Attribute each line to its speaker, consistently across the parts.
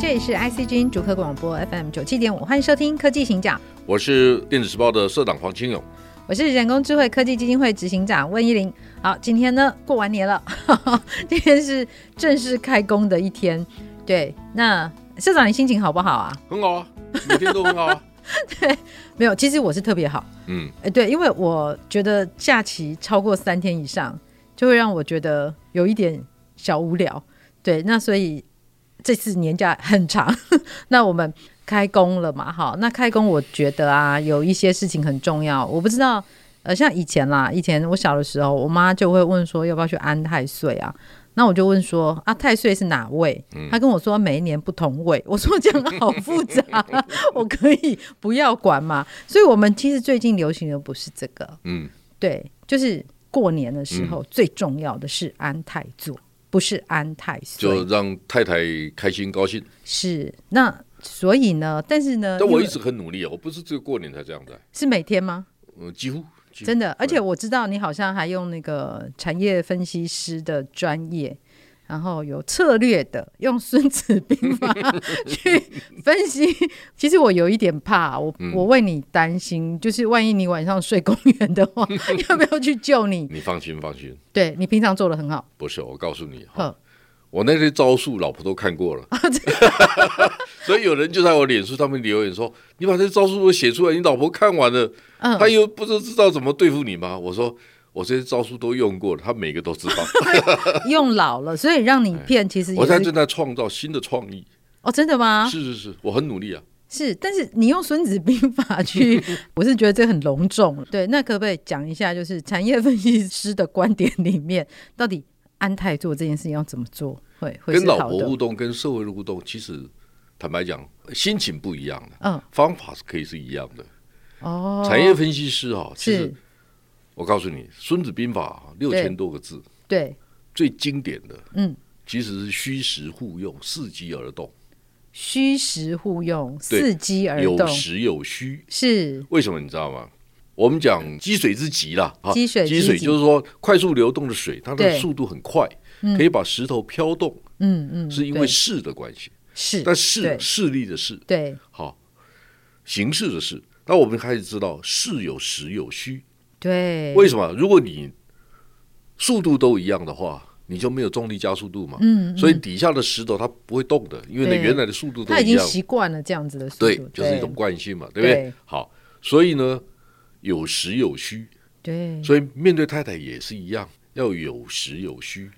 Speaker 1: 这里是 ICG 主客广播 FM 九七点五，欢迎收听科技行脚，
Speaker 2: 我是电子时报的社长黄清勇。
Speaker 1: 我是人工智慧科技基金会执行长温依玲。好，今天呢过完年了， 今天是正式开工的一天。对，那社长你心情好不好啊？
Speaker 2: 很好啊，每天都很好啊。
Speaker 1: 没有，其实我是特别好。
Speaker 2: 嗯，
Speaker 1: 哎，对，因为我觉得假期超过三天以上，就会让我觉得有一点小无聊。对，那所以这次年假很长， 那我们开工了嘛？好，那开工我觉得啊，有一些事情很重要，我不知道。呃，像以前啦，以前我小的时候，我妈就会问说要不要去安太岁啊？那我就问说啊，太岁是哪位？
Speaker 2: 嗯
Speaker 1: 她跟我说每一年不同位。我说这样好复杂，我可以不要管嘛。所以我们其实最近流行的不是这个，
Speaker 2: 嗯，
Speaker 1: 对，就是过年的时候、最重要的是安太座，不是安太
Speaker 2: 就
Speaker 1: 岁。
Speaker 2: 让太太开心高兴。
Speaker 1: 是那所以呢，但是呢，
Speaker 2: 但
Speaker 1: 因
Speaker 2: 我
Speaker 1: 为
Speaker 2: 一直很努力啊，我不是只有过年才这样的，
Speaker 1: 是每天吗？
Speaker 2: 嗯，几乎几乎
Speaker 1: 真的，而且
Speaker 2: 对
Speaker 1: 我知道你好像还用那个产业分析师的专业，然后有策略的，用《孙子兵 法》去分析。其实我有一点怕，我、
Speaker 2: 嗯
Speaker 1: 我为你担心，就是万一你晚上睡公园的 话，要不要去救你？
Speaker 2: 你放心放心，
Speaker 1: 对你平常做的很好，
Speaker 2: 不是我告诉你哈
Speaker 1: 呵，，
Speaker 2: 我那些招数老婆都看过了， 所以有人就在我脸书上面留言说：“你把这些招数都写出来，你老婆看完了，
Speaker 1: 嗯
Speaker 2: 她又不知知道怎么对付你吗？”我说：“我这些招数都用过了，她每个都知道。
Speaker 1: 用老了，所以让你骗其实
Speaker 2: 哎我
Speaker 1: 也
Speaker 2: 现在
Speaker 1: 是
Speaker 2: 正在创造新的创意，
Speaker 1: 哦，真的吗？
Speaker 2: 是是是，我很努力啊。
Speaker 1: 是，但是你用《孙子兵 法》去，我是觉得这很隆重。对，那可不可以讲一下，就是产业分析师的观点里面，到底安泰做这件事情要怎么做，会会
Speaker 2: 跟
Speaker 1: 是
Speaker 2: 老
Speaker 1: 好
Speaker 2: 婆互
Speaker 1: 的？
Speaker 2: 动，跟社会的互动，其实坦白讲，心情不一样的，
Speaker 1: 嗯，
Speaker 2: 方法是可以是一样的。
Speaker 1: 哦，
Speaker 2: 产业分析师啊，其实
Speaker 1: 是，
Speaker 2: 我告诉你，《孙子兵法》六千多个字，
Speaker 1: 对，
Speaker 2: 最经典的，
Speaker 1: 嗯，
Speaker 2: 其实是虚实互用，伺机而动，
Speaker 1: 虚实互用，
Speaker 2: 对
Speaker 1: 伺机而
Speaker 2: 有
Speaker 1: 动，
Speaker 2: 实有虚。
Speaker 1: 是
Speaker 2: 为什么你知道吗？我们讲积水之急啦，啊，
Speaker 1: 积水之急
Speaker 2: 积水就是说快速流动的水，它的
Speaker 1: 对
Speaker 2: 速度很快，可以把石头飘动，
Speaker 1: 嗯嗯，
Speaker 2: 是因
Speaker 1: 对
Speaker 2: 为势的关系，
Speaker 1: 是，
Speaker 2: 但
Speaker 1: 对
Speaker 2: 势势力的势，
Speaker 1: 对
Speaker 2: 好，形式的事。那我们开始知道事有实有虚，
Speaker 1: 对，
Speaker 2: 为什么？如果你速度都一样的话，你就没有重力加速度嘛。
Speaker 1: 嗯，
Speaker 2: 所以底下的石头它不会动的，因为
Speaker 1: 对
Speaker 2: 你原来的速度都
Speaker 1: 他已
Speaker 2: 一
Speaker 1: 经
Speaker 2: 样。
Speaker 1: 习惯了这样子的速度，
Speaker 2: 对，就是一种惯性嘛，对不
Speaker 1: 对
Speaker 2: 对？好，所以呢，有实有虚，
Speaker 1: 对。
Speaker 2: 所以面对太太也是一样，要有实有虚。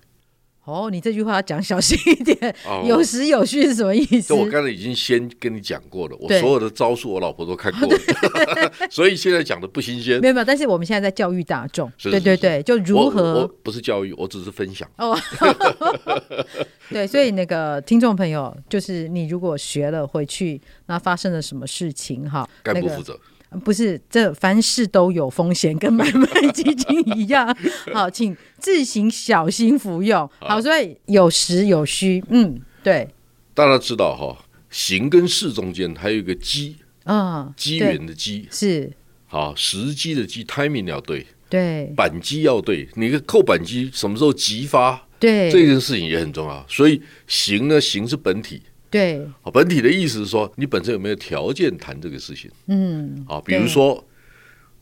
Speaker 1: 哦，你这句话要讲小心一点，
Speaker 2: 哦
Speaker 1: 有实有虚是什么意思
Speaker 2: 这？我刚才已经先跟你讲过了，我
Speaker 1: 对哦
Speaker 2: 所有的招数我老婆都看过了， 所以现在讲的不 新鲜
Speaker 1: 没。有没有，但是我们现在在教育大众，
Speaker 2: 是
Speaker 1: 对
Speaker 2: 是
Speaker 1: 对
Speaker 2: 是
Speaker 1: 对，就
Speaker 2: 我
Speaker 1: 如
Speaker 2: 我我
Speaker 1: 何
Speaker 2: 不是教育，我只是分享。
Speaker 1: 哦， 对，所以那个听众朋友，就是你如果学了回去，那发生了什么事情哈，
Speaker 2: 该
Speaker 1: 那
Speaker 2: 不
Speaker 1: 个
Speaker 2: 负责。
Speaker 1: 不是，这凡事都有风险，跟买卖基金一 样。好，请自行小心服用。好，所以有实有虚，嗯，对，
Speaker 2: 大家知道哈、行跟势中间还有一个机，
Speaker 1: 嗯，
Speaker 2: 机
Speaker 1: 对
Speaker 2: 缘的机，
Speaker 1: 是，
Speaker 2: 好，时机的机，timing 要对，
Speaker 1: 对
Speaker 2: 扳机要对，你个扣扳机什么时候急发，
Speaker 1: 对
Speaker 2: 这件事情也很重要。所以行呢，行是本体。
Speaker 1: 对，
Speaker 2: 啊，本体的意思是说，你本身有没有条件谈这个事情
Speaker 1: 嗯，
Speaker 2: 啊？比如说，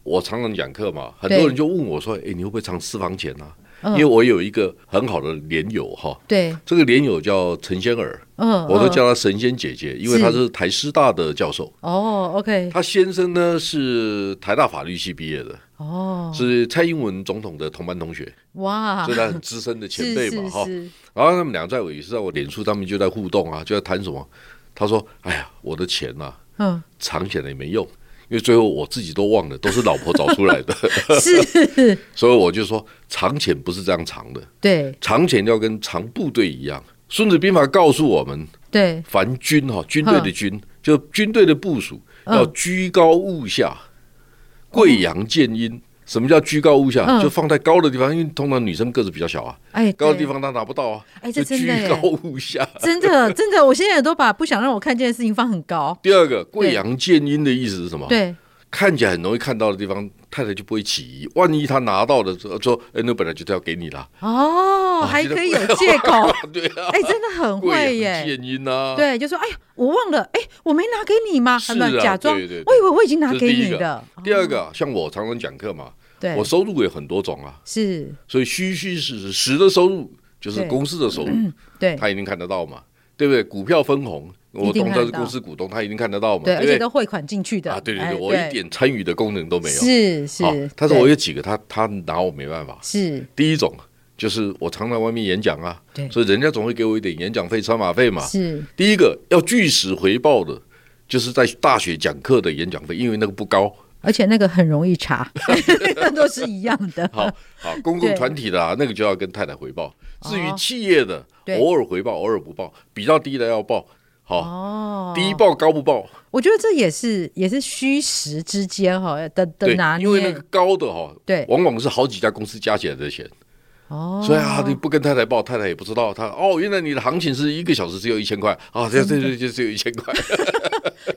Speaker 2: 我常常讲课嘛，很
Speaker 1: 对
Speaker 2: 多人就问我说：“诶，你会不会唱私房钱啊？”
Speaker 1: 嗯
Speaker 2: 因为我有一个很好的连友哈，
Speaker 1: 对，
Speaker 2: 这个连友叫陈仙儿，
Speaker 1: 嗯，
Speaker 2: 我都
Speaker 1: 嗯
Speaker 2: 叫她神仙姐姐，因为
Speaker 1: 是
Speaker 2: 她是台师大的教授。
Speaker 1: 哦，OK，
Speaker 2: 他先生呢是台大法律系毕业的，
Speaker 1: 哦，
Speaker 2: 是蔡英文总统的同班同学，
Speaker 1: 哇，
Speaker 2: 所以他很资深的前辈嘛，哈
Speaker 1: 是。是是
Speaker 2: 然后他们俩在我也是在我脸书上面就在互动啊，就在谈什么。他说：“哎呀，我的钱呐、
Speaker 1: 嗯，
Speaker 2: 藏起来也没用，因为最后我自己都忘了，都是老婆找出 来的，
Speaker 1: 嗯是，
Speaker 2: 所以我就说长浅不是这样长的，
Speaker 1: 对
Speaker 2: 长浅要跟长部队一样。《孙子兵法》告诉我们，
Speaker 1: 对，
Speaker 2: 凡军哈，军队的
Speaker 1: 嗯
Speaker 2: 军，就军队的部署
Speaker 1: 嗯
Speaker 2: 要居高勿下，贵阳见阴。什么叫居高勿下？
Speaker 1: 嗯
Speaker 2: 就放在高的地方，因为通常女生个子比较小啊，
Speaker 1: 哎，
Speaker 2: 高的
Speaker 1: 对
Speaker 2: 地方她拿不到啊，
Speaker 1: 哎
Speaker 2: 就
Speaker 1: 这真
Speaker 2: 居
Speaker 1: 的耶
Speaker 2: 高勿下。
Speaker 1: 真的真的，我现在也都把不想让我看见的事情放很高。
Speaker 2: 第二个，贵阳见阴的意思是什么？
Speaker 1: 对，
Speaker 2: 看起来很容易看到的地方，太太就不会起疑。万一她拿到了之后，说：“哎，那本来就是要给你啦。
Speaker 1: 哦，还
Speaker 2: 觉得
Speaker 1: 可以有借 口，
Speaker 2: 啊对啊，
Speaker 1: 哎，真的很会
Speaker 2: 贵阳
Speaker 1: 耶。
Speaker 2: 见阴啊，，
Speaker 1: 对，就说哎呀，我忘了，哎，我没拿给你吗？
Speaker 2: 是啊
Speaker 1: 他们假装，
Speaker 2: 对对对
Speaker 1: 我以为我已经拿
Speaker 2: 这是
Speaker 1: 给
Speaker 2: 第一
Speaker 1: 你
Speaker 2: 个
Speaker 1: 的。
Speaker 2: 第二
Speaker 1: 哦，
Speaker 2: 个，像我常常讲课嘛，
Speaker 1: 对
Speaker 2: 我，收入有很多种啊，
Speaker 1: 是，
Speaker 2: 所以虚虚实实，实的收入就是
Speaker 1: 对嗯
Speaker 2: 公司的收入，
Speaker 1: 对，
Speaker 2: 他一定看得到嘛，对不对？股票分红，我
Speaker 1: 一定
Speaker 2: 同
Speaker 1: 看得
Speaker 2: 他是公
Speaker 1: 到
Speaker 2: 司股东，他一定看得到嘛，
Speaker 1: 对，而
Speaker 2: 不
Speaker 1: 且
Speaker 2: 对
Speaker 1: 都？汇款进去的。
Speaker 2: 啊，对对
Speaker 1: 哎
Speaker 2: 对，我一点参与的功能都没有。
Speaker 1: 是是
Speaker 2: 好，，但是
Speaker 1: 对
Speaker 2: 我有几个他他拿我没办法。
Speaker 1: 是
Speaker 2: 第一种就是我常在外面演讲啊，
Speaker 1: 对
Speaker 2: 所以人家总会给我一点演讲费、车马费嘛。
Speaker 1: 是
Speaker 2: 第一个要据实回报的，就是在大学讲课的演讲费，因为那个不高。
Speaker 1: 而且那个很容易 查，那都是一样的。
Speaker 2: 好， 好，公共
Speaker 1: 对
Speaker 2: 团体的啊，那个就要跟太太回报。至于
Speaker 1: 哦
Speaker 2: 企业的，
Speaker 1: 对
Speaker 2: 偶尔回报，偶尔不报，比较低的要报。好，
Speaker 1: 哦，
Speaker 2: 低报高不报，
Speaker 1: 我觉得这也是也是虚实之间哈的的
Speaker 2: 对
Speaker 1: 拿，捏，
Speaker 2: 因为那个高的哈，
Speaker 1: 对
Speaker 2: 往往是好几家公司加起来的钱，
Speaker 1: 哦，
Speaker 2: 所以啊，你不跟太太报，太太也不知道。她哦，原来你的行情是一个小时只有一千块 啊，这这这就只有一千块，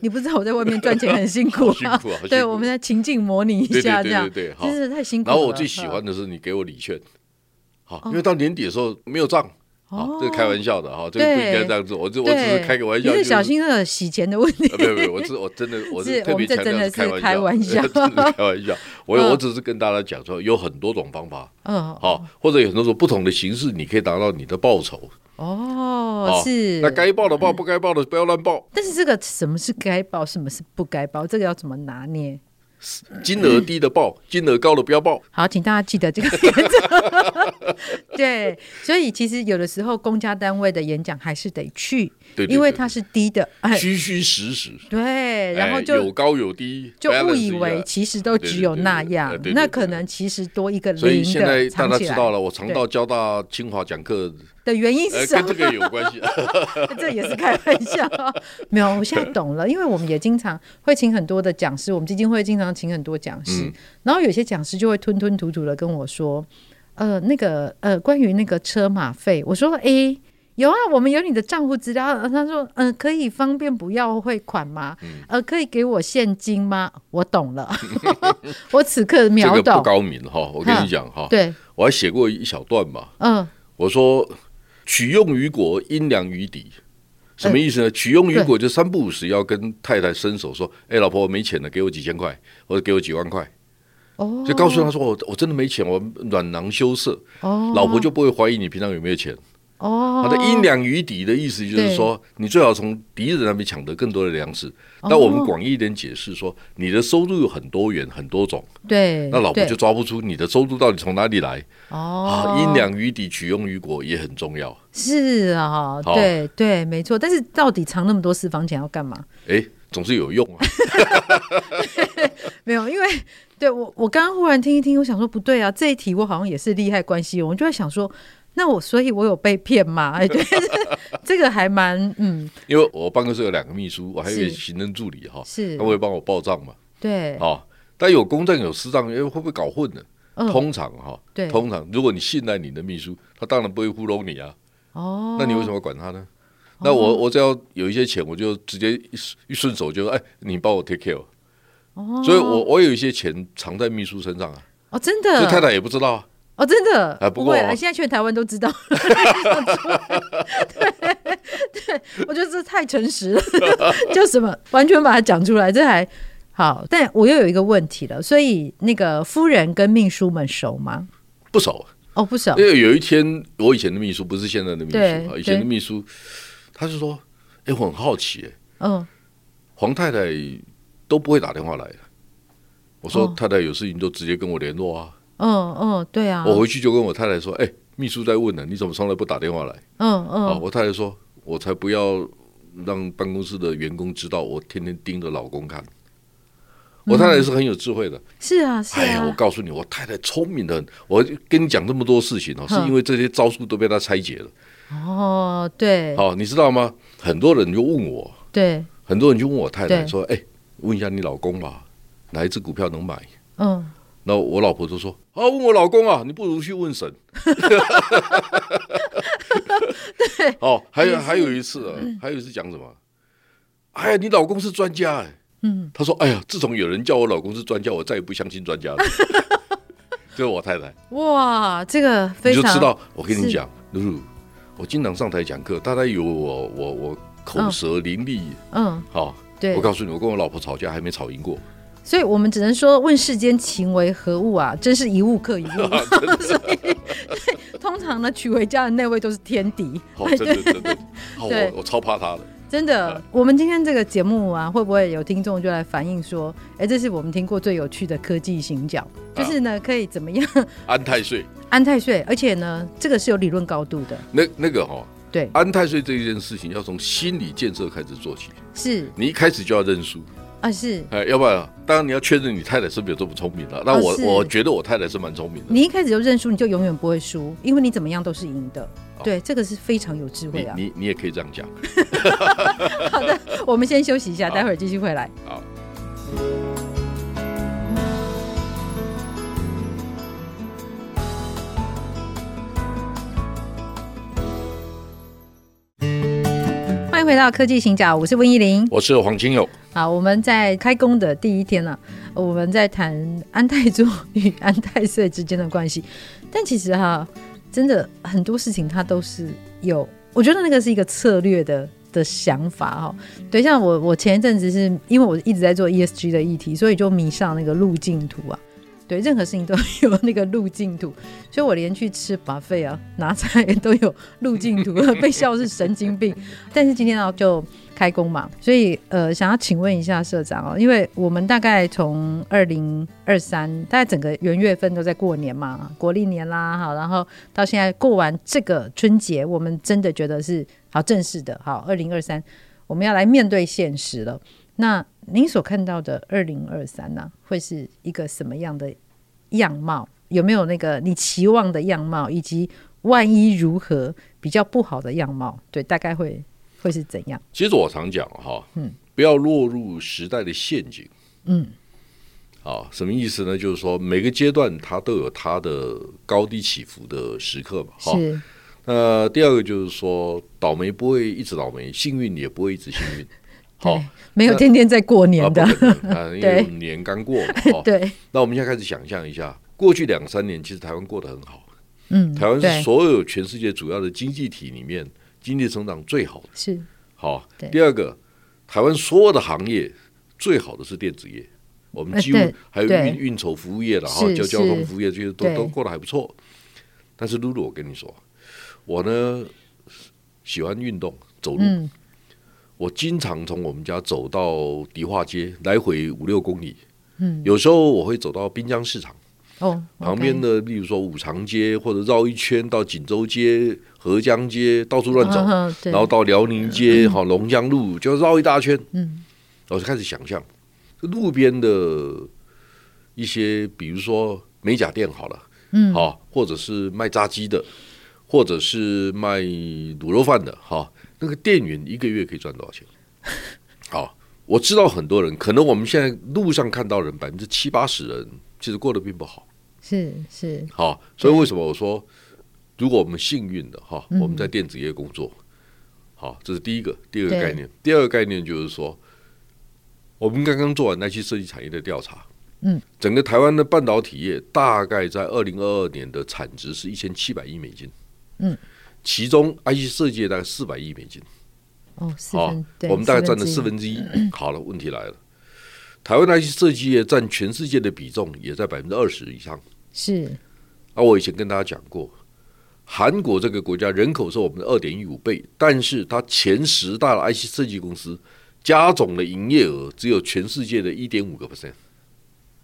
Speaker 1: 你不知道我在外面赚钱很辛苦
Speaker 2: 好辛苦啊好辛 苦
Speaker 1: 对，我们在情境模拟一下，这样
Speaker 2: 对对对对对好
Speaker 1: 真是太辛苦了。
Speaker 2: 然后我最喜欢的是你给我礼券，好，因为到年底的时候没有账，好
Speaker 1: 嗯哦，
Speaker 2: 这个开玩笑的哈，这个不应该
Speaker 1: 对
Speaker 2: 这样子，我这
Speaker 1: 嗯，
Speaker 2: 我只是
Speaker 1: 对
Speaker 2: 开个玩笑，
Speaker 1: 你
Speaker 2: 就是
Speaker 1: 小心那个洗钱的问题
Speaker 2: 呃，。没有没有，我是我真的我
Speaker 1: 是
Speaker 2: 特别强调开玩笑，
Speaker 1: 我们这真的是开玩笑
Speaker 2: 真的是开玩 笑。我
Speaker 1: 嗯
Speaker 2: 我只是跟大家讲说，有很多种方法，
Speaker 1: 嗯，
Speaker 2: 好、或者有很多种不同的形式，你可以达到你的报酬。
Speaker 1: 哦
Speaker 2: 好，
Speaker 1: 是嗯
Speaker 2: 那该报的报，不该报的不要乱报，
Speaker 1: 但是这个什么是该报，什么是不该报，这个要怎么拿捏？
Speaker 2: 金额低的报，金额高的不 要报。
Speaker 1: 好，请大家记得这个原则。 对，所以其实有的时候公家单位的演讲还是得去，
Speaker 2: 对对对
Speaker 1: 因为它是低的，哎，
Speaker 2: 虚虚实实，
Speaker 1: 对，然后
Speaker 2: 哎
Speaker 1: 就、
Speaker 2: 有高有低，
Speaker 1: 就误
Speaker 2: balance
Speaker 1: 以
Speaker 2: 一
Speaker 1: 为
Speaker 2: 下
Speaker 1: 其实都只有那样，
Speaker 2: 对对对对对对对对
Speaker 1: 那可能其实多一个
Speaker 2: 所以
Speaker 1: 零
Speaker 2: 现在
Speaker 1: 的
Speaker 2: 大
Speaker 1: 藏
Speaker 2: 家
Speaker 1: 起
Speaker 2: 知
Speaker 1: 来
Speaker 2: 道了，我常
Speaker 1: 对
Speaker 2: 到交大、清华讲 课，
Speaker 1: 的原因是
Speaker 2: 呃，
Speaker 1: 什
Speaker 2: 跟
Speaker 1: 么
Speaker 2: 这？个有关系。
Speaker 1: 这也是开玩笑，没有，我现在懂了，因为我们也经常会请很多的讲师，我们基金会经常请很多讲师，
Speaker 2: 嗯
Speaker 1: 然后有些讲师就会吞吞吐吐的跟我说，呃，那个呃，关于那个车马费，我说，诶，有啊，我们有你的账户资料。呃他说，嗯、可以方便不要汇款吗？
Speaker 2: 嗯
Speaker 1: 呃，可以给我现金吗？我懂 了，我此刻
Speaker 2: 这
Speaker 1: 秒
Speaker 2: 个不
Speaker 1: 懂。
Speaker 2: 高明哈，我跟你讲哈，
Speaker 1: 对，
Speaker 2: 我还写过一小段嘛，
Speaker 1: 嗯、
Speaker 2: 我说取用于国，阴凉于底，什么意思呢？
Speaker 1: 嗯
Speaker 2: 取用于国就三不五时要跟太太伸手说：“哎，老婆，我没钱了，给我几千块，或者给我几万块。”
Speaker 1: 哦，
Speaker 2: 就告诉她说：“我我真的没钱，我软囊羞涩。”
Speaker 1: 哦，
Speaker 2: 老婆就不会怀疑你平常有没有钱。
Speaker 1: 哦，
Speaker 2: 好的，阴凉于底的意思就是说，你最好从敌人那边抢得更多的粮食。
Speaker 1: 哦
Speaker 2: 那我们广义一点解释说，你的收入有很多元、很多种，
Speaker 1: 对，
Speaker 2: 那老婆
Speaker 1: 对
Speaker 2: 就抓不出你的收入到底从哪里来
Speaker 1: 哦
Speaker 2: 啊。，阴凉于底，取用于国也很重要。
Speaker 1: 是啊，
Speaker 2: 好
Speaker 1: 对对，没错。但是到底藏那么多私房钱要干嘛？
Speaker 2: 哎，总是有用 啊。
Speaker 1: 没有，因为 对我我刚刚忽然听一听，我想说不对啊，这一题我好像也是利害关系人，我就在想说，那我所以我有被骗吗？哎，对， 这个还蛮嗯
Speaker 2: 因为我办公室有两个秘书，我还有一个
Speaker 1: 是
Speaker 2: 行政助理哈，
Speaker 1: 是
Speaker 2: 他，会帮我报账嘛，
Speaker 1: 对，
Speaker 2: 啊，但有公账有私账，因为会不会搞混呢？
Speaker 1: 嗯，
Speaker 2: 通常哈
Speaker 1: 对，
Speaker 2: 通常如果你信赖你的秘书，他当然不会糊弄你啊，
Speaker 1: 哦，
Speaker 2: 那你为什么要管他呢？那我我只要有一些钱，我就直接一一顺手就哎，你帮我 take care，
Speaker 1: 么
Speaker 2: 所以我我有一些钱藏在秘书身上啊，
Speaker 1: 哦真
Speaker 2: 这太
Speaker 1: 的
Speaker 2: 太也不知道啊，
Speaker 1: 哦真的
Speaker 2: 哎不过
Speaker 1: 会
Speaker 2: 哦
Speaker 1: 啦，现在全台湾都知 道，对对，我觉得这太诚实了， 就什么完全把它讲出来，这还好。但我又有一个问题了，所以那个夫人跟秘书们熟吗？
Speaker 2: 不熟。啊
Speaker 1: 哦，不熟
Speaker 2: 因，为有一天，我以前的秘书不是现在的秘
Speaker 1: 对
Speaker 2: 书啊，以前的
Speaker 1: 对
Speaker 2: 秘书，他是说，哎，我很好奇，哎，
Speaker 1: 嗯，
Speaker 2: 黄太太都不会打电话来。啊我说、
Speaker 1: 哦
Speaker 2: 太太有事情就直接跟我联络啊。
Speaker 1: 嗯嗯，对啊，
Speaker 2: 我回去就跟我太太说，哎、秘书在问呢，你怎么从来不打电话来？
Speaker 1: 嗯
Speaker 2: 啊，
Speaker 1: 嗯，
Speaker 2: 我太太说，我才不要让办公室的员工知道我天天盯着老公看。我太太是很有智慧的。
Speaker 1: 是啊，嗯是
Speaker 2: 哎呀，我
Speaker 1: 啊，
Speaker 2: 告诉你，我太太聪明的很。我跟你讲这么多事
Speaker 1: 嗯
Speaker 2: 情哦，是因为这些招数都被她拆解了。
Speaker 1: 哦，对，
Speaker 2: 好、你知道吗？很多人就问我，
Speaker 1: 对，
Speaker 2: 很多人就问我太太
Speaker 1: 对
Speaker 2: 说：“哎、问一下你老公吧，哪一只股票能买
Speaker 1: 嗯，？”
Speaker 2: 那我老婆就说：“啊，问我老公啊，你不如去问神。”对， 哦，还有还有一次啊，还有一次讲什么？哎呀，你老公是专家哎、嗯，他说：“哎呀，自从有人叫我老公是专家，我再也不相信专家了。” 就是我太太，
Speaker 1: 哇，这个非
Speaker 2: 你就
Speaker 1: 常
Speaker 2: 知道。我跟你
Speaker 1: 是
Speaker 2: 讲，露露，我经常上台讲课，大家有我我我口
Speaker 1: 嗯
Speaker 2: 舌伶俐，
Speaker 1: 嗯，
Speaker 2: 好、
Speaker 1: 对
Speaker 2: 我，告诉你，我跟我老婆吵架还没吵 赢过。
Speaker 1: 所以我们只能说问世间情为何物啊，真是一物克一物。
Speaker 2: 啊
Speaker 1: 所以对通常呢，娶回家的那位都是天敌。
Speaker 2: 好，真的真的，好，
Speaker 1: 对
Speaker 2: 我我超怕他的。
Speaker 1: 真的，我们今天这个节目啊，会不会有听众就来反映说，哎，这是我们听过最有趣的科技行脚，就是呢，可以怎么样
Speaker 2: 安太岁，
Speaker 1: 安太岁，而且呢，这个是有理论高度的，
Speaker 2: 那那个哈、
Speaker 1: 对，
Speaker 2: 安太岁这一件事情要从心理建设开始做起。
Speaker 1: 是
Speaker 2: 你一开始就要认输，
Speaker 1: 啊，是
Speaker 2: 哎，要不然当然你要确认你太太是不是有这么聪明了、那
Speaker 1: 啊
Speaker 2: 我、
Speaker 1: 是
Speaker 2: 我觉得我太太是蛮聪明的。
Speaker 1: 你一开始就认输，你就永远不会输，因为你怎么样都是赢的。对，这个是非常有智慧
Speaker 2: 你
Speaker 1: 啊。
Speaker 2: 你你也可以这样讲。
Speaker 1: 我们先休息一下，
Speaker 2: 好
Speaker 1: 待会儿继续回来。
Speaker 2: 好，
Speaker 1: 欢迎回到科技行脚，我是温依玲。
Speaker 2: 我是黄清友，
Speaker 1: 啊，我们在开工的第一天呢、啊我们在谈安泰座与安泰岁之间的关系。但其实哈、真的很多事情它都是有，我觉得那个是一个策略的的想法哈、哦。对，像我我前一阵子是因为我一直在做 ESG 的议题，所以就迷上那个路径图啊。对，任何事情都有那个路径图，所以我连去吃 buffet 啊、拿菜 都有路径图，被笑是神经病。但是今天啊，就开工嘛，所以呃，想要请问一下社长哦，因为我们大概从二零二三，大概整个元月份都在过年嘛，国历年啦，好，然后到现在过完这个春节，我们真的觉得是好正式的，好，二零二三我们要来面对现实了。那您所看到的二零二三呢，会是一个什么样的样貌？有没有那个你期望的样貌，以及万一如何比较不好的样貌？对，大概会会是怎样？
Speaker 2: 其实我常讲哈，嗯，不要落入时代的陷阱。嗯，啊，什么意思呢？就是说每个阶段它都有它的高低起伏的时刻嘛。哈。
Speaker 1: 是，
Speaker 2: 那第二个就是说，倒霉不会一直倒霉，幸运也不会一直幸运。好、
Speaker 1: 对，没有天天在过
Speaker 2: 啊，
Speaker 1: 年
Speaker 2: 不
Speaker 1: 的，
Speaker 2: 可 能啊，因为
Speaker 1: 对，
Speaker 2: 我们年刚过嘛。哦
Speaker 1: 对，
Speaker 2: 那我们现在开始想象一下，过去两三年其实台湾过得很好，
Speaker 1: 嗯，
Speaker 2: 台湾是
Speaker 1: 对
Speaker 2: 所有全世界主要的经济体里面经济成长最好的。
Speaker 1: 是
Speaker 2: 好啊
Speaker 1: 对，
Speaker 2: 第二个，台湾所有的行业最好的是电子业，我们
Speaker 1: 呃
Speaker 2: 几乎
Speaker 1: 对
Speaker 2: 还有
Speaker 1: 对
Speaker 2: 运运筹服务业了
Speaker 1: 是
Speaker 2: 哈，交交通
Speaker 1: 是
Speaker 2: 服务业这些都
Speaker 1: 对
Speaker 2: 都过得还不错。但是露露，我跟你说，我呢喜欢运动，走路，
Speaker 1: 嗯
Speaker 2: 我经常从我们家走到迪化街，来回五六公里。嗯，有时候我会走到滨江市场
Speaker 1: 哦，
Speaker 2: 旁边
Speaker 1: OK
Speaker 2: 的，例如说五常街，或者绕一圈到锦州街、合江街，到处乱走。
Speaker 1: 嗯哼对
Speaker 2: 然后到辽宁街、好龙江路，就绕一大圈。
Speaker 1: 嗯，
Speaker 2: 我就开始想象，这路边的一些，比如说美甲店好了，
Speaker 1: 嗯
Speaker 2: 好、或者是卖炸鸡的，或者是卖卤肉饭的，哈、那个店员一个月可以赚多少 钱？好、我知道很多人，可能我们现在路上看到人百分之七八十人，其实过得并不好。
Speaker 1: 是是，
Speaker 2: 好，所以为什么我说，如果我们幸运的哈，
Speaker 1: 嗯
Speaker 2: 我们在电子业工作，好，这是第一个第二个
Speaker 1: 对
Speaker 2: 概念。第二个概念就是说，我们刚刚做完那期设计产业的调查，
Speaker 1: 嗯，
Speaker 2: 整个台湾的半导体业大概在二零二二年的产值是一千七百亿美金，
Speaker 1: 嗯，
Speaker 2: 其中 IC 设计业大概四百亿美金，
Speaker 1: 哦，四
Speaker 2: 好
Speaker 1: 分，，对，
Speaker 2: 我们大概占了
Speaker 1: 之一
Speaker 2: 四分之一。好了，问题来了，台湾的 IC 设计业占全世界的比重也在百分之二十以上。
Speaker 1: 是，
Speaker 2: 啊，我以前跟大家讲过，韩国这个国家人口是我们的二点一五倍，但是它前十大的 IC 设计公司加总的营业额只有全世界的一点五个 percent，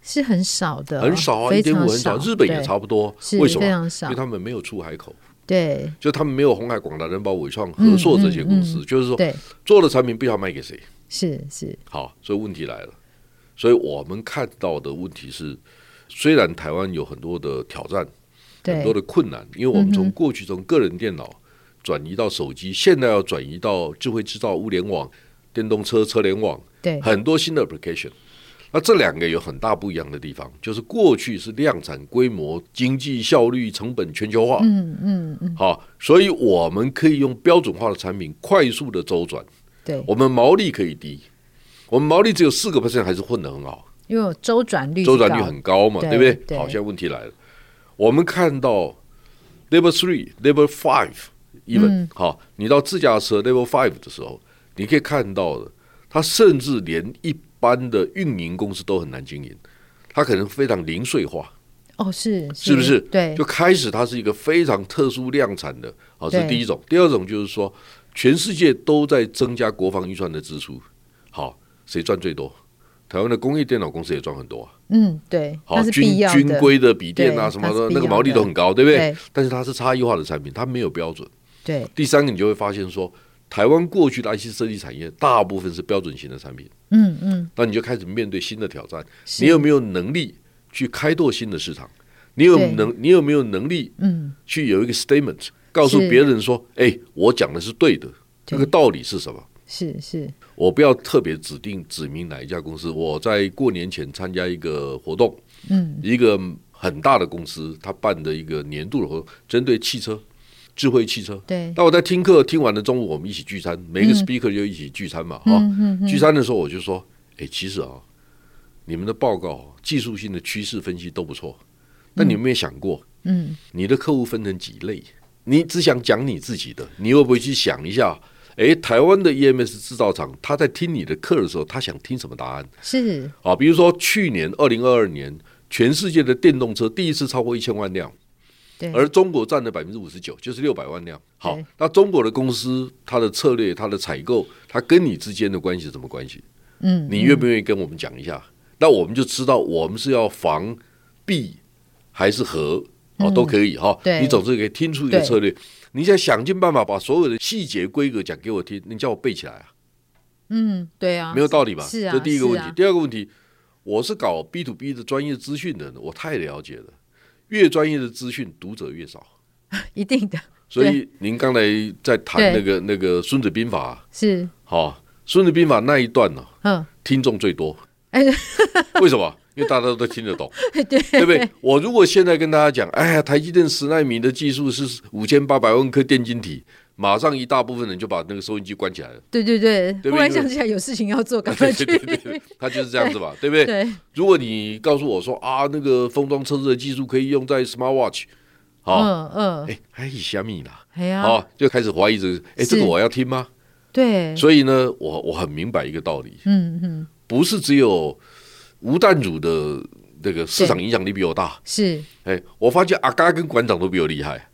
Speaker 1: 是很少的，
Speaker 2: 很少啊，一
Speaker 1: 非
Speaker 2: 点
Speaker 1: 常
Speaker 2: 五很少，日本也
Speaker 1: 对
Speaker 2: 差不多
Speaker 1: 是。
Speaker 2: 为什么？
Speaker 1: 非常少
Speaker 2: 因为他们没有出海口，
Speaker 1: 对
Speaker 2: 就他们没有红海、广达、人保、伟创、
Speaker 1: 嗯
Speaker 2: 和硕这些公司，就是说
Speaker 1: 对，
Speaker 2: 做的产品不知道卖给谁。
Speaker 1: 是是，
Speaker 2: 好，所以问题来了，所以我们看到的问题是，虽然台湾有很多的挑战，很
Speaker 1: 对
Speaker 2: 多的困难，因为我们从过去从个人电脑转移到手机，现在要转移到智慧制造、物联网、电动车车联网，
Speaker 1: 对
Speaker 2: 很多新的 application。那这两个有很大不一样的地方，就是过去是量产规模、经济效率、成本全球化，嗯嗯嗯，好，所以我们可以用标准化的产品快速的周转，
Speaker 1: 对，
Speaker 2: 我们毛利可以低，我们毛利只有四个 percent，还是混得很好，
Speaker 1: 因为我周转率
Speaker 2: 周转率
Speaker 1: 高
Speaker 2: 很高嘛，
Speaker 1: 对
Speaker 2: 对不对？
Speaker 1: 对
Speaker 2: 好，现在问题来了，我们看到 level three、level five even、好，
Speaker 1: 嗯
Speaker 2: 你到自驾车 level five 的时候，你可以看到的，它甚至连一般的运营公司都很难经营，它可能非常零碎化，
Speaker 1: 哦，是
Speaker 2: 是不是？
Speaker 1: 对
Speaker 2: 就开始它是一个非常特殊量产的，好，这是
Speaker 1: 对
Speaker 2: 第一种。第二种就是说，全世界都在增加国防预算的支出，好，谁赚最多？台湾的工业电脑公司也赚很多啊。
Speaker 1: 嗯对，
Speaker 2: 好
Speaker 1: 那是
Speaker 2: 军
Speaker 1: 必要的
Speaker 2: 军规的笔电啊
Speaker 1: 对
Speaker 2: 什么
Speaker 1: 它是
Speaker 2: 的，
Speaker 1: 必
Speaker 2: 那个
Speaker 1: 要
Speaker 2: 毛利
Speaker 1: 的
Speaker 2: 都很高，对不对？
Speaker 1: 对
Speaker 2: 但是它是差异化的产品，它没有标准。
Speaker 1: 对，
Speaker 2: 第三个，你就会发现说，台湾过去的 IC 设计产业大部分是标准型的产品，
Speaker 1: 嗯嗯，
Speaker 2: 那你就开始面对新的挑战。
Speaker 1: 是
Speaker 2: 你有没有能力去开拓新的市场？你有
Speaker 1: 对
Speaker 2: 能你有没有能力
Speaker 1: 嗯
Speaker 2: 去有一个 statement 告诉
Speaker 1: 是
Speaker 2: 别人说，哎，我讲的是对的，这
Speaker 1: 对
Speaker 2: 个道理是什么？
Speaker 1: 是是
Speaker 2: 我不要特别指定指明哪一家公司。我在过年前参加一个活动，
Speaker 1: 嗯，
Speaker 2: 一个很大的公司他办的一个年度的活动，针对汽车、智慧汽车。
Speaker 1: 对嗯
Speaker 2: 那我在听课，听完了中午我们一起聚餐，每个 speaker 就一起聚餐嘛，哈、聚餐的时候我就说，哎，其实啊，你们的报告技术性的趋势分析都不错，但你有没有想过，
Speaker 1: 嗯，
Speaker 2: 你的客户分成几类？你只想讲你自己的，你会不会去想一下？哎，台湾的 EMS 制造厂，他在听你的课的时候，他想听什么答案？
Speaker 1: 是
Speaker 2: 啊，比如说去年二零二二年，全世界的电动车第一次超过一千万辆，
Speaker 1: 对
Speaker 2: 而中国占了百分之五十九，就是六百万辆。好
Speaker 1: 对，
Speaker 2: 那中国的公司它的策略、它的采购，它跟你之间的关系是什么关系？
Speaker 1: 嗯
Speaker 2: 你愿不愿意跟我们讲一下？那我们就知道我们是要防弊还是和哦，都可以哈。
Speaker 1: 嗯对
Speaker 2: 你总是可以听出一个
Speaker 1: 对
Speaker 2: 策略。你现在想尽办法把所有的细节规格讲给我听，你叫我背起来啊，
Speaker 1: 嗯对啊，
Speaker 2: 没有道理吧？
Speaker 1: 是啊
Speaker 2: 这第一个问题。
Speaker 1: 是啊
Speaker 2: 第二个问题，我是搞 B to B 的专业资讯的人，我太了解了，越专业的资讯读者越少。
Speaker 1: 一定的
Speaker 2: 所以您刚才在谈
Speaker 1: 对
Speaker 2: 那个那个《孙子兵法
Speaker 1: 是》
Speaker 2: 哈，《孙子兵法》那一段呢、
Speaker 1: 嗯
Speaker 2: 听众最多。
Speaker 1: 哎
Speaker 2: 为什么？因为大家都听得 懂，
Speaker 1: 对
Speaker 2: 对不对？我如果现在跟大家讲，哎呀，台积电十纳米的技术是五千八百万颗电晶体，马上一大部分人就把那个收音机关起来了。
Speaker 1: 对对对，
Speaker 2: 对
Speaker 1: 忽然
Speaker 2: 因为
Speaker 1: 想起来有事情要做，赶快
Speaker 2: 对
Speaker 1: 去
Speaker 2: 对对对，他就是这样子嘛，对不对？
Speaker 1: 对
Speaker 2: 如果你告诉我说啊，那个封装测试的技术可以用在 Smart Watch，好，
Speaker 1: 嗯嗯，
Speaker 2: 哎、还虾米啦，
Speaker 1: 哎呀，
Speaker 2: 好、就开始怀疑这个，哎，
Speaker 1: 是
Speaker 2: 这个我要听吗？
Speaker 1: 对，
Speaker 2: 所以呢，我我很明白一个道理，
Speaker 1: 嗯嗯，
Speaker 2: 不是只有吴淡如的这个市场影响力比我大，
Speaker 1: 是
Speaker 2: 哎，我发现阿嘎跟馆长都比我厉害，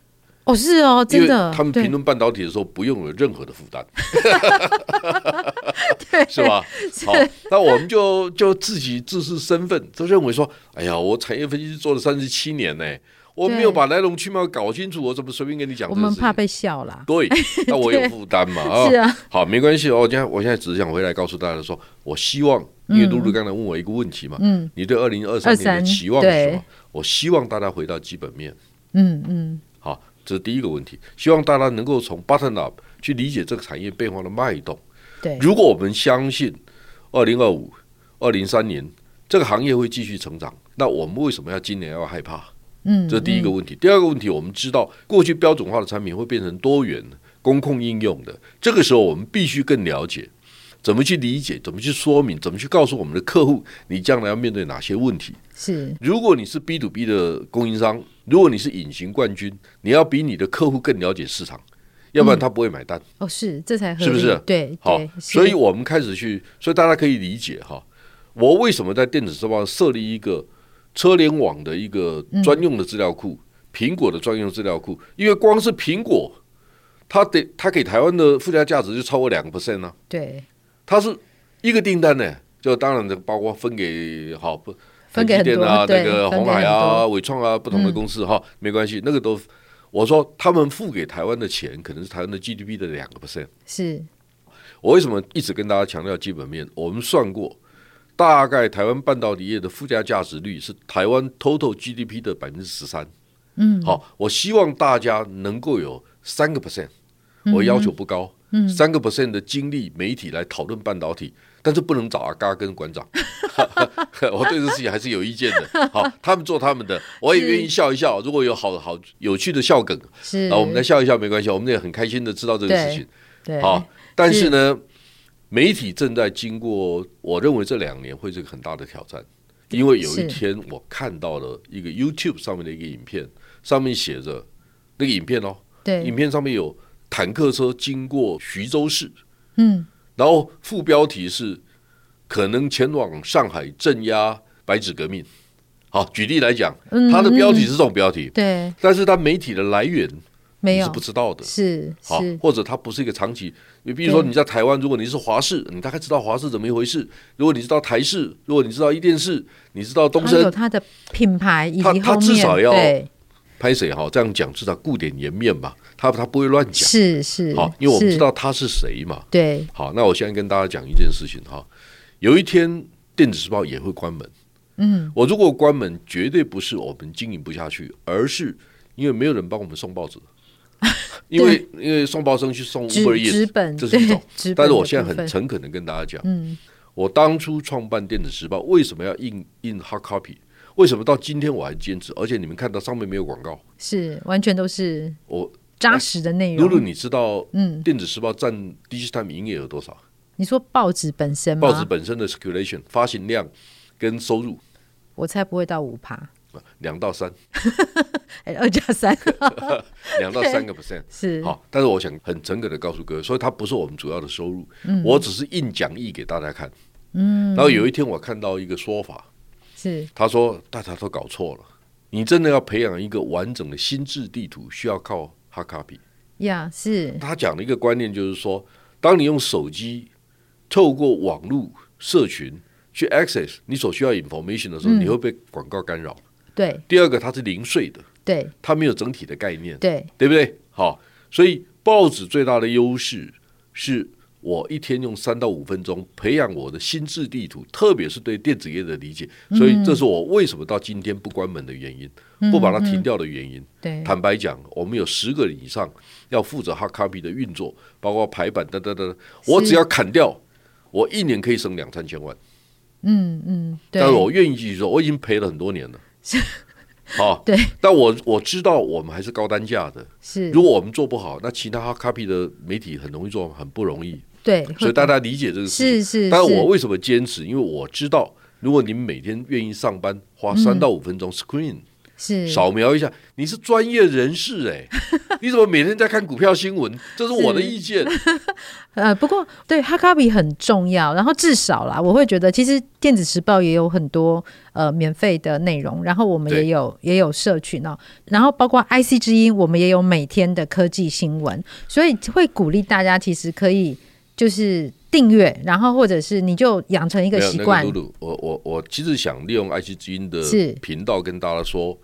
Speaker 1: 哦是哦，
Speaker 2: 因
Speaker 1: 真
Speaker 2: 为
Speaker 1: 的，
Speaker 2: 他们
Speaker 1: 对
Speaker 2: 评论半导体的时候不用有任何的负 担，是吧？好，那我们就就自己自视身份，都认为说，哎呀，我产业分析做了三十七年呢、我没有
Speaker 1: 对
Speaker 2: 把来龙去脉搞清楚，我怎么随便跟你讲
Speaker 1: 我
Speaker 2: 这个
Speaker 1: 们
Speaker 2: 事
Speaker 1: 怕
Speaker 2: 情？
Speaker 1: 被笑啦，
Speaker 2: 对，那我有负担嘛啊
Speaker 1: 是啊，
Speaker 2: 好，没关系哦。我今天我现在只是想回来告诉大家说，我希望，因为露露刚才问我一个问题嘛，
Speaker 1: 嗯
Speaker 2: 你对二零二三年的
Speaker 1: 23
Speaker 2: 期望是什
Speaker 1: 对
Speaker 2: 么？我希望大家回到基本面。
Speaker 1: 嗯嗯，
Speaker 2: 好，这是第一个问题，希望大家能够从 bottom up 去理解这个产业变化的脉动。
Speaker 1: 对，
Speaker 2: 如果我们相信二零二五、二零三年这个行业会继续成长，那我们为什么要今年要害怕？
Speaker 1: 嗯，
Speaker 2: 这是第一个问题。第二个问题，我们知道过去标准化的产品会变成多元的、公控应用的，这个时候我们必须更了解。怎么去理解？怎么去说明？怎么去告诉我们的客户，你将来要面对哪些问题？
Speaker 1: 是
Speaker 2: 如果你是 B to B 的供应商，如果你是隐形冠军，你要比你的客户更了解市场，要不然他不会买单，
Speaker 1: 哦是，这才合理，
Speaker 2: 是不是？
Speaker 1: 对
Speaker 2: 好
Speaker 1: 对，，是
Speaker 2: 所以我们开始去，所以大家可以理解哈，我为什么在电子时报设立一个车联网的一个
Speaker 1: 嗯
Speaker 2: 专用的资料库，苹果的专用资料库，因为光是苹果，它得它给台湾的附加价值就超过两个 percent 啊呢、
Speaker 1: 对
Speaker 2: 它是一个订单呢，就当然这包括分给好不
Speaker 1: 分给
Speaker 2: 台积电啊
Speaker 1: 很，多
Speaker 2: 那个
Speaker 1: 对分
Speaker 2: 红
Speaker 1: 给
Speaker 2: 海
Speaker 1: 很
Speaker 2: 啊、
Speaker 1: 多
Speaker 2: 伟创啊，不同的公司哈，没关系，那个都我说他们付给台湾的钱可能是台湾的 GDP 的两个 percent。
Speaker 1: 是
Speaker 2: 我为什么一直跟大家强调基本面？我们算过，大概台湾半导体业的附加价值率是台湾 total GDP 的百分之十三。嗯，好，我希望大家能够有三个 percent，我要求不高，三个 percent 的精力媒体来讨论半导体，但是不能找阿嘎跟馆长， 我对这事情还是有意见的。好，他们做他们的，我也愿意笑一笑。如果有好好有趣的笑梗
Speaker 1: 是
Speaker 2: 啊，我们来笑一笑没关系，我们也很开心的知道这个事情。
Speaker 1: 对，
Speaker 2: 好，但是呢，媒体正在经过，我认为这两年会是个很大的挑战，因为有一
Speaker 1: 是
Speaker 2: 天我看到了一个 YouTube 上面的一个影片，上面写着那个影片哦，影
Speaker 1: 对，
Speaker 2: 片上面有坦克车经过徐州市，
Speaker 1: 嗯，
Speaker 2: 然后副标题是可能前往上海镇压白纸革命。好，举例来讲，
Speaker 1: 嗯
Speaker 2: 它的标题是这种标题，
Speaker 1: 对，
Speaker 2: 但是它媒体的来源
Speaker 1: 没
Speaker 2: 你是
Speaker 1: 有
Speaker 2: 不，知道的。
Speaker 1: 是
Speaker 2: 好
Speaker 1: 是，，
Speaker 2: 或者它不是一个长期。你比如说
Speaker 1: 对
Speaker 2: 你在台湾，如果你是华视，你大概知道华视怎么一回事；如果你知道台视，如果你知道一电视，你知道东
Speaker 1: 它有
Speaker 2: 升，
Speaker 1: 它的品牌以及
Speaker 2: 它
Speaker 1: 后
Speaker 2: 它
Speaker 1: 面
Speaker 2: 至少要
Speaker 1: 对，
Speaker 2: 拍谁哈？这样讲至少顾点颜面吧，他他不会乱讲。
Speaker 1: 是是，
Speaker 2: 好，因为我们
Speaker 1: 是
Speaker 2: 知道他是谁嘛。
Speaker 1: 对，
Speaker 2: 好，那我现在跟大家讲一件事情哈，有一天电子时报也会关门。
Speaker 1: 嗯，
Speaker 2: 我如果关门，绝对不是我们经营不下去，而是因为没有人帮我们送报 纸，因为因为送报生去送
Speaker 1: 纸
Speaker 2: Uber
Speaker 1: 纸
Speaker 2: Eats，
Speaker 1: 本
Speaker 2: 这是一种
Speaker 1: 对纸。本
Speaker 2: 但是我
Speaker 1: 的
Speaker 2: 现在
Speaker 1: 部
Speaker 2: 很
Speaker 1: 分
Speaker 2: 诚恳的跟大家讲，
Speaker 1: 嗯，
Speaker 2: 我当初创办电子时报为什么要印印 hard copy？为什么到今天我还坚持？而且你们看到上面没有广告，
Speaker 1: 是完全都是
Speaker 2: 我
Speaker 1: 扎实的内
Speaker 2: 露露，
Speaker 1: 容。
Speaker 2: 你知道
Speaker 1: 嗯，
Speaker 2: 电子时报占 Digitime 营业额多少？
Speaker 1: 你说报纸本身吗？
Speaker 2: 报纸本身的 circulation 发行量跟收入啊
Speaker 1: 我猜不会到五趴，
Speaker 2: 两到三，
Speaker 1: 哎，二加三
Speaker 2: 两到三个 percent。
Speaker 1: 是
Speaker 2: 好，但是我想很诚恳的告诉各位，所以它不是我们主要的收入，我只是硬讲义给大家看。嗯，然后有一天我看到一个说法，
Speaker 1: 是
Speaker 2: 他说大家都搞错了，你真的要培养一个完整的心智地图，需要靠哈卡比。
Speaker 1: 呀，是
Speaker 2: 他讲的一个观念就是说，当你用手机透过网络社群去 access 你所需要 information 的时候，你会被广告干扰。
Speaker 1: 对
Speaker 2: 第二个，它是零碎的，
Speaker 1: 对
Speaker 2: 它没有整体的概念。
Speaker 1: 对，
Speaker 2: 对不对？好，所以报纸最大的优势是我一天用三到五分钟培养我的心智地图，特别是对电子业的理解。所以这是我为什么到今天不关门的原因，不把它停掉的原因。
Speaker 1: 对
Speaker 2: 坦白讲，我们有十个以上要负责 hard copy 的运作，包括排版等等等等，我只要砍掉。我一年可以省两三千万，
Speaker 1: 嗯嗯，对
Speaker 2: 但是我愿意继续做，我已经赔了很多 年了。好，
Speaker 1: 对，嗯
Speaker 2: 但我我知道我们还是高单价的，
Speaker 1: 是，
Speaker 2: 如果我们做不好，那其他 hard copy 的媒体很容易做，很不容易。
Speaker 1: 对，
Speaker 2: 所以
Speaker 1: 会
Speaker 2: 大家理解这个事情。
Speaker 1: 是是
Speaker 2: 但
Speaker 1: 是
Speaker 2: 我为什么坚持？因为我知道，如果你每天愿意上班，花三到五分钟 screen、
Speaker 1: 嗯是
Speaker 2: 扫描一下，你是专业人士 哎、你怎么每天在看股票新闻？这是我的意见。
Speaker 1: 呃，不过对哈卡比很重要，然后至少啦，我会觉得其实电子时报也有很多呃免费的内容，然后我们
Speaker 2: 对
Speaker 1: 也有也有社群哦，然后包括 IC 之音，我们也有每天的科技新闻，所以会鼓励大家其实可以就是订阅，然后或者是你就养成一
Speaker 2: 没
Speaker 1: 个
Speaker 2: 有
Speaker 1: 习
Speaker 2: 那
Speaker 1: 惯
Speaker 2: 个，露露，我我我其实想利用爱奇之音的
Speaker 1: 是
Speaker 2: 频道跟大家说，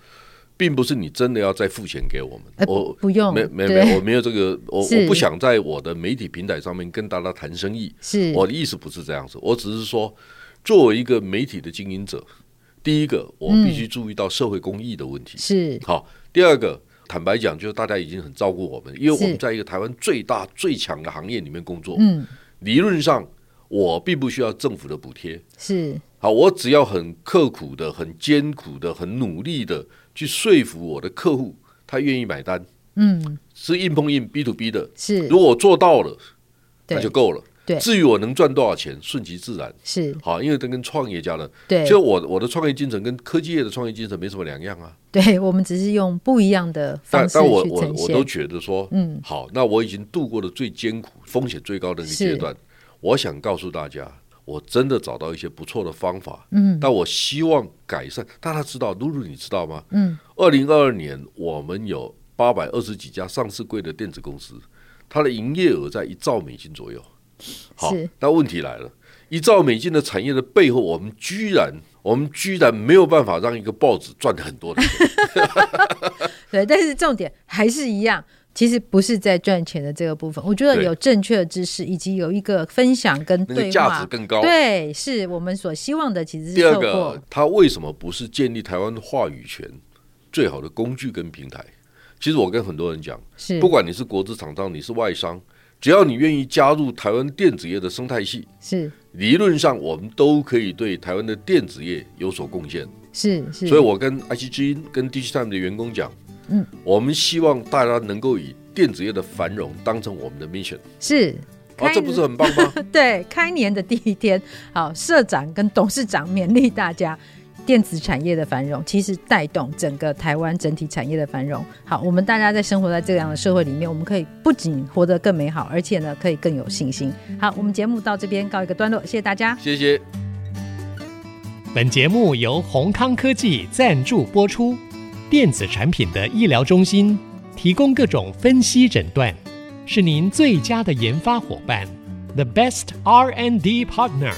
Speaker 2: 并不是你真的要再付钱给我们，
Speaker 1: 呃
Speaker 2: 我
Speaker 1: 不用
Speaker 2: 没没
Speaker 1: 对
Speaker 2: 没，我没有这个，我
Speaker 1: 是
Speaker 2: 我不想在我的媒体平台上面跟大家谈生意。
Speaker 1: 是
Speaker 2: 我的意思不是这样子，我只是说，作为一个媒体的经营者，第一个我必须注意到社会公益的问题。
Speaker 1: 是
Speaker 2: 好，第二个，坦白讲，就是大家已经很照顾我们，因为我们
Speaker 1: 是
Speaker 2: 在一个台湾最大最强的行业里面工作，
Speaker 1: 嗯
Speaker 2: 理论上我并不需要政府的补贴。
Speaker 1: 是
Speaker 2: 好，我只要很刻苦的、很艰苦的、很努力的去说服我的客户，他愿意买单，
Speaker 1: 嗯
Speaker 2: 是硬碰硬 B to B 的。
Speaker 1: 是
Speaker 2: 如果我做到了，那
Speaker 1: 对
Speaker 2: 就够了。
Speaker 1: 对
Speaker 2: 至于我能赚多少钱，顺其自然。
Speaker 1: 是
Speaker 2: 好，因为这跟创业家的，
Speaker 1: 对
Speaker 2: 其实我我的创业精神跟科技业的创业精神没什么两样啊。
Speaker 1: 对，我们只是用不一样的
Speaker 2: 但
Speaker 1: 方式
Speaker 2: 但我
Speaker 1: 去
Speaker 2: 我
Speaker 1: 呈
Speaker 2: 我都
Speaker 1: 现，
Speaker 2: 觉得说，
Speaker 1: 嗯，
Speaker 2: 好，那我已经度过了最艰苦、风险最高的那个阶
Speaker 1: 是
Speaker 2: 段。我想告诉大家，我真的找到一些不错的方法。
Speaker 1: 嗯
Speaker 2: 但我希望改善。大家知道，露露，你知道吗？
Speaker 1: 嗯，
Speaker 2: 二零二二年我们有八百二十几家上市柜的电子公司，它的营业额在一兆美金左右。好
Speaker 1: 是，
Speaker 2: 那问题来了，一兆美金的产业的背后，我们居然。我们居然没有办法让一个报纸赚很多的钱，
Speaker 1: 对，但是重点还是一样，其实不是在赚钱的这个部分，我觉得
Speaker 2: 对
Speaker 1: 有正确的知识，以及有一个分享跟
Speaker 2: 那个
Speaker 1: 对
Speaker 2: 价
Speaker 1: 话
Speaker 2: 值，更高。
Speaker 1: 对，是我们所希望的。其实是
Speaker 2: 第二
Speaker 1: 透过
Speaker 2: 个，它为什么不是建立台湾话语权最好的工具跟平台？其实我跟很多人讲，
Speaker 1: 是
Speaker 2: 不管你是国资厂商，你是外商，只要你愿意加入台湾电子业的生态系，
Speaker 1: 是
Speaker 2: 理论上我们都可以对台湾的电子业有所贡献。
Speaker 1: 是是，
Speaker 2: 所以我跟 IC 之音、跟 Digitime 的员工讲，
Speaker 1: 嗯，
Speaker 2: 我们希望大家能够以电子业的繁荣当成我们的 mission。
Speaker 1: 是
Speaker 2: 啊，
Speaker 1: 开
Speaker 2: 这不是很棒吗？
Speaker 1: 对，开年的第一天，好，社长跟董事长勉励大家，电子产业的繁荣其实带动整个台湾整体产业的繁荣。好，我们大家在生活在这样的社会里面，我们可以不仅活得更美好，而且呢，可以更有信心。好，我们节目到这边告一个段落，谢谢大家。
Speaker 2: 谢谢。
Speaker 3: 本节目由宏康科技赞助播出。电子产品的医疗中心提供各种分析诊断，是您最佳的研发伙伴，the best R&D partner。